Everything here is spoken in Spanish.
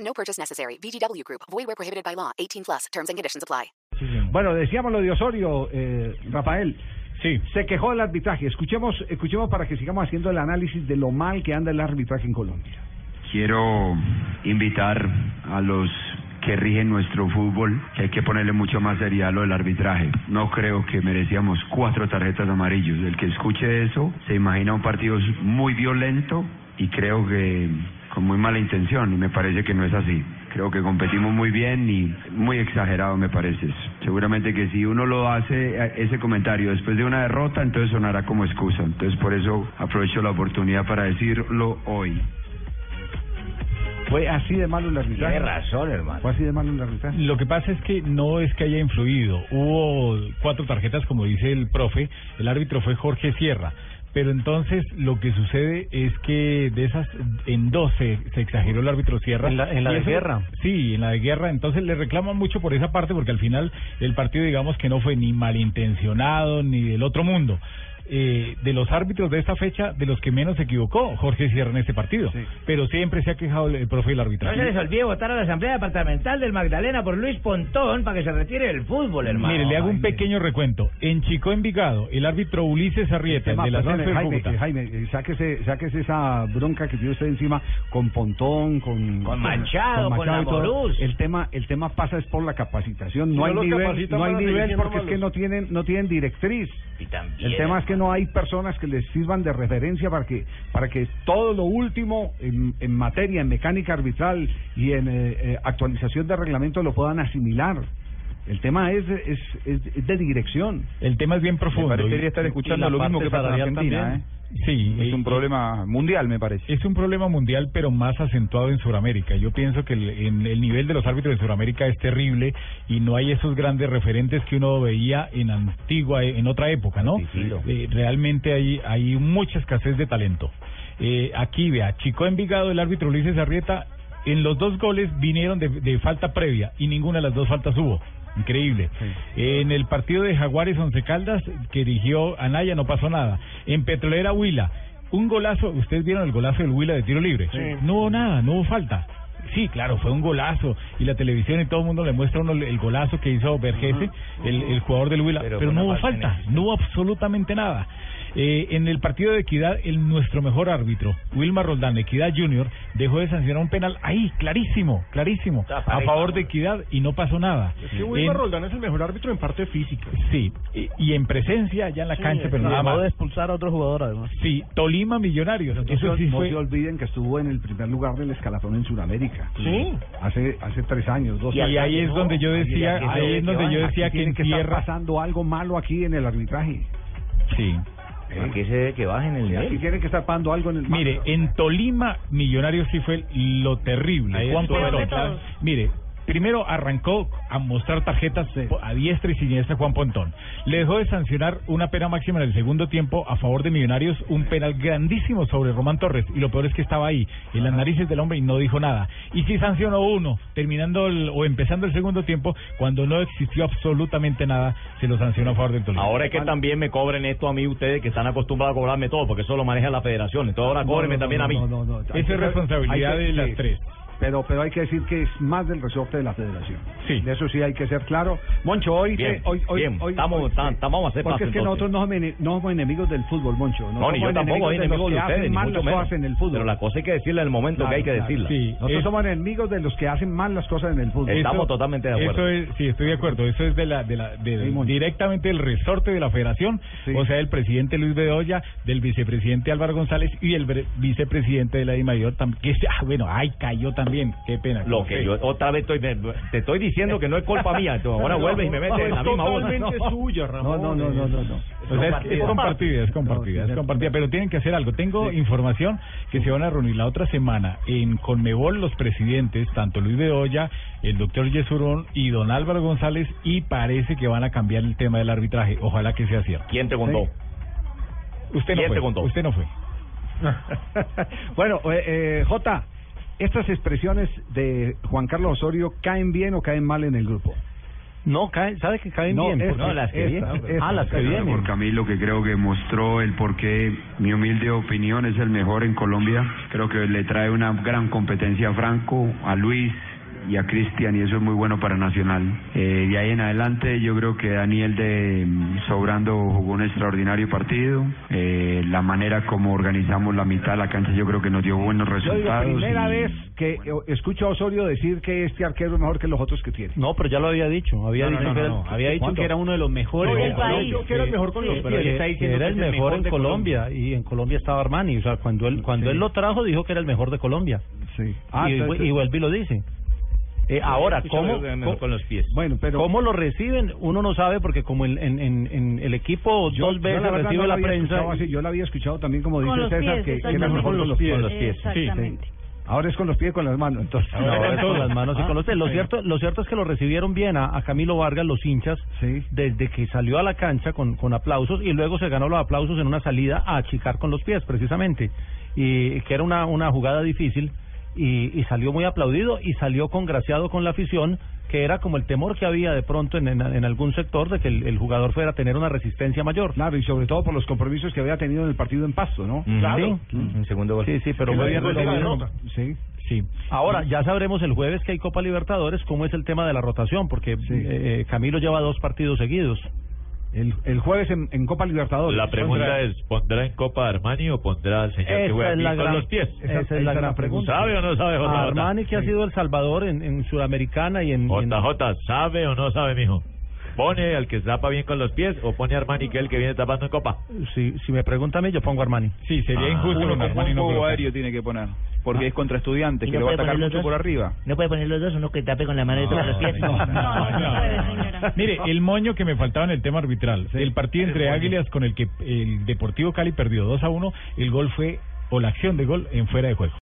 No purchase necessary. VGW Group. Void where prohibited by law. 18 plus. Terms and conditions apply. Bueno, decíamos lo de Osorio, eh, Rafael. Sí. Se quejó del arbitraje. Escuchemos, escuchemos para que sigamos haciendo el análisis de lo mal que anda el arbitraje en Colombia. Quiero invitar a los que rigen nuestro fútbol, que hay que ponerle mucho más seriedad a lo del arbitraje. No creo que merecíamos cuatro tarjetas amarillas. El que escuche eso se imagina un partido muy violento y creo que con muy mala intención y me parece que no es así. Creo que competimos muy bien y muy exagerado me parece. Seguramente que si uno lo hace eh, ese comentario después de una derrota, entonces sonará como excusa. Entonces por eso aprovecho la oportunidad para decirlo hoy. Fue así de malo el arbitraje. razón, hermano. Fue así de malo el arbitraje. Lo que pasa es que no es que haya influido. Hubo cuatro tarjetas, como dice el profe. El árbitro fue Jorge Sierra. Pero entonces lo que sucede es que de esas, en 12 se exageró el árbitro Sierra. En la- en la Y de eso- guerra. Sí, en la de guerra. Entonces le reclaman mucho por esa parte porque al final el partido digamos que no fue ni malintencionado ni del otro mundo. Eh, de los árbitros de esta fecha, de los que menos se equivocó Jorge Sierra en este partido. Pero siempre se ha quejado el, el profe del No arbitraje. se les olvide votar a la Asamblea Departamental del Magdalena por Luis Pontón para que se retire del fútbol, hermano. Mire, le hago un pequeño recuento. En Chico Envigado, el árbitro Ulises Arrieta, el Este Tema, de la perdone, Ascenso de Jaime, Cúcuta. eh, Jaime, eh, sáquese, sáquese esa bronca que tiene usted encima con Pontón, con, Con Machado, con y todo. Amorós. El tema, el tema pasa es por la capacitación. No no hay los nivel, capacitan no hay para seguir nivel siendo porque es que malos. no tienen, no tienen directriz. Y también, El tema es que no hay personas que les sirvan de referencia para que para que todo lo último en, en materia, en mecánica arbitral y en eh, eh, actualización de reglamento lo puedan asimilar. El tema es, es, es- es de dirección. El tema es bien profundo. Me parecería Y- estar y escuchando la lo mismo parte que pasa en salarial Argentina, también. ¿eh? Sí. Es y- un problema mundial, me parece. Es un problema mundial, pero más acentuado en Sudamérica. Yo pienso que el, en- el nivel de los árbitros en Sudamérica es terrible y no hay esos grandes referentes que uno veía en antigua, en otra época, ¿no? Eh, realmente hay, hay mucha escasez de talento. Eh, aquí, vea, Chico Envigado, el árbitro Ulises Arrieta, en los dos goles vinieron de, de falta previa y ninguna de las dos faltas hubo. Increíble. En el partido de Jaguares Once Caldas, que dirigió Anaya, no pasó nada. En Petrolera Huila, un golazo, ustedes vieron el golazo del Huila de tiro libre. No hubo nada, no hubo falta. Sí, claro, fue un golazo. Y la televisión y todo el mundo le muestra a uno el golazo que hizo Vergese, el, el jugador del Huila. Pero, Pero no fue hubo una falta falta, no hubo absolutamente nada. Eh, en el partido de Equidad, el, nuestro mejor árbitro, Wilmar Roldán, de Equidad Junior, dejó de sancionar un penal ahí, clarísimo, clarísimo, Está a parejo, favor ¿no? de Equidad y no pasó nada. En- Roldán es el mejor árbitro en parte física. sí, y, y en presencia, ya en la cancha, pero nada más. expulsar a otro jugador, además. Sí, Tolima Millonarios. No, Eso se- sí no fue se olviden que estuvo en el primer lugar del escalafón en Sudamérica. Sí. Hace hace tres años, dos Y años. ahí es donde yo decía, aquí se ahí ve es que donde van, yo Aquí decía que tiene en que estar tierra, pasando algo malo aquí en el arbitraje. sí. ¿Por qué se debe que bajen el Aquí nivel? tiene que estar pasando algo en el ¿Eh? Mire, en Tolima Millonarios sí fue lo terrible. Ahí Juan estuvo Potón. el otro. Mire, primero arrancó a mostrar tarjetas a diestra y siniestra Juan Pontón. Le dejó de sancionar una pena máxima en el segundo tiempo a favor de Millonarios, un penal grandísimo sobre Román Torres. Y lo peor es que estaba ahí, en las narices del hombre y no dijo nada. Y sí sancionó uno, terminando el- o empezando el segundo tiempo, cuando no existió absolutamente nada, se lo sancionó a favor del Tolima. Ahora es que también me cobren esto a mí ustedes que están acostumbrados a cobrarme todo, porque eso lo maneja la federación. Entonces ahora cóbrenme también a mí. Esa es responsabilidad de las tres. Pero, pero hay que decir que es más del resorte de la federación. Sí. De eso sí hay que ser claro. Moncho, hoy... Bien, hoy, hoy, bien. hoy- Estamos- hoy- tam- tam- vamos a hacer Porque paso, es que entonces. nosotros no somos, ene- no somos enemigos del fútbol, Moncho. No, No, ni somos yo tampoco soy enemigo de los que ustedes, hacen ni mal mucho las menos. cosas en el fútbol. Pero la cosa hay que decirla en el momento Claro, que hay que claro. decirla. Sí. Nosotros es- somos enemigos de los que hacen mal las cosas en el fútbol. Estamos totalmente de acuerdo. Eso es, sí, estoy de acuerdo. Eso es de la, de la, de- Sí, Moncho. directamente del resorte de la Federación, Sí. o sea, del presidente Luis Bedoya, del vicepresidente Álvaro González y el bre- vicepresidente de la DIMAYOR, tam- que es- ah, bueno, ay, cayó también. Bien, qué pena. Lo que yo otra vez estoy, te estoy Eh, diciendo que no es culpa mía. tú ahora vuelves y me metes en la misma bolsa. No. suya, No, no, no, no, no. no. O sea, Pues es, es compartida, es compartida, es compartida, pero tienen que hacer algo. Tengo información que se van a reunir la otra semana en Conmebol los presidentes, tanto Luis Bedoya, el doctor Yesurón y don Álvaro González, y parece que van a cambiar el tema del arbitraje. Ojalá que sea cierto. ¿Quién te contó? Usted no ¿Quién te fue. contó? Usted no fue. bueno, eh, eh, Jota, ¿estas expresiones de Juan Carlos Osorio caen bien o caen mal en el grupo? No, caen, ¿sabes que caen No, bien? esta, Porque- las que esta, vienen. Ah, las que Esta, vienen. Por Camilo, que creo que mostró el por qué, mi humilde opinión, es el mejor en Colombia. Creo que le trae una gran competencia a Franco, a Luis y a Cristian, y eso es muy bueno para Nacional. Eh, de ahí en adelante, yo creo que Daniel de mm, Sobrando jugó un extraordinario partido. Eh, la manera como organizamos la mitad de la cancha, yo creo que nos dio buenos Yo digo, resultados. primera y- vez que eh, escucho a Osorio decir que este arquero es mejor que los otros que tiene. No, pero ya lo había dicho. Había No, no, dicho, no, que, era, no, no. había dicho ¿Cuándo? que era uno de los mejores. No, del el país, país, yo que era el mejor con los- pero él está diciendo era que el es el mejor, mejor en de Colombia. Y en Colombia estaba Armani. O sea, cuando él, cuando él lo trajo, dijo que era el mejor de Colombia. Sí. Ah, y, entonces- y vuelve y lo dice. Eh, ahora, ¿cómo, cómo- los pies. bueno, pero ¿Cómo lo reciben? Uno no sabe porque como en, en, en, en el equipo yo- dos yo veces verdad recibe no la había prensa. escuchado así, yo la había escuchado también como dice Con los César pies, que, que era exactamente. mejor con los pies. Con los pies. Exactamente. Ahora es con los pies, con las manos. Entonces, Ahora es con las manos y Ah, con los pies. Lo bueno. cierto, lo cierto es que lo recibieron bien a, a Camilo Vargas, los hinchas, Ah, Sí. desde que salió a la cancha con, con aplausos y luego se ganó los aplausos en una salida a achicar con los pies, precisamente, y que era una, una jugada difícil y, y salió muy aplaudido y salió congraciado con la afición, que era como el temor que había de pronto en, en, en algún sector de que el, el jugador fuera a tener una resistencia mayor. Claro, y sobre todo por los compromisos que había tenido en el partido en Pasto, ¿no? Claro. Sí. Un segundo gol. Sí, sí, pero muy bien recibido. Sí. Sí. Ahora, ya sabremos el jueves que hay Copa Libertadores cómo es el tema de la rotación, porque eh, Camilo lleva dos partidos seguidos. El, el jueves en, en Copa Libertadores. La pregunta es, ¿pondrá en Copa Armani o pondrá al señor que Esa juega es aquí la con gran- los pies? Esa, es la gran pregunta. ¿Sabe o no sabe A JJ? Armani, que ha sido El Salvador en, en Sudamericana y en... y en- JJ, ¿sabe o no sabe, mijo? ¿Pone al que tapa bien con los pies o pone a Armani que es el que viene tapando en Copa? si, si me pregunta a mí, yo pongo a Armani. Sí, sería Ah, injusto uno con que Armani Un no juego colocar. aéreo tiene que poner, porque es contra estudiantes, que lo va a atacar mucho por arriba. ¿No puede poner los dos? Uno que tape con la mano y otro con los pies. No, no, no puede, señora. Mire, el moño que me faltaba en el tema arbitral. el partido entre Águilas con el que el Deportivo Cali perdió 2 a 1, el gol fue, o la acción de gol, en fuera de juego.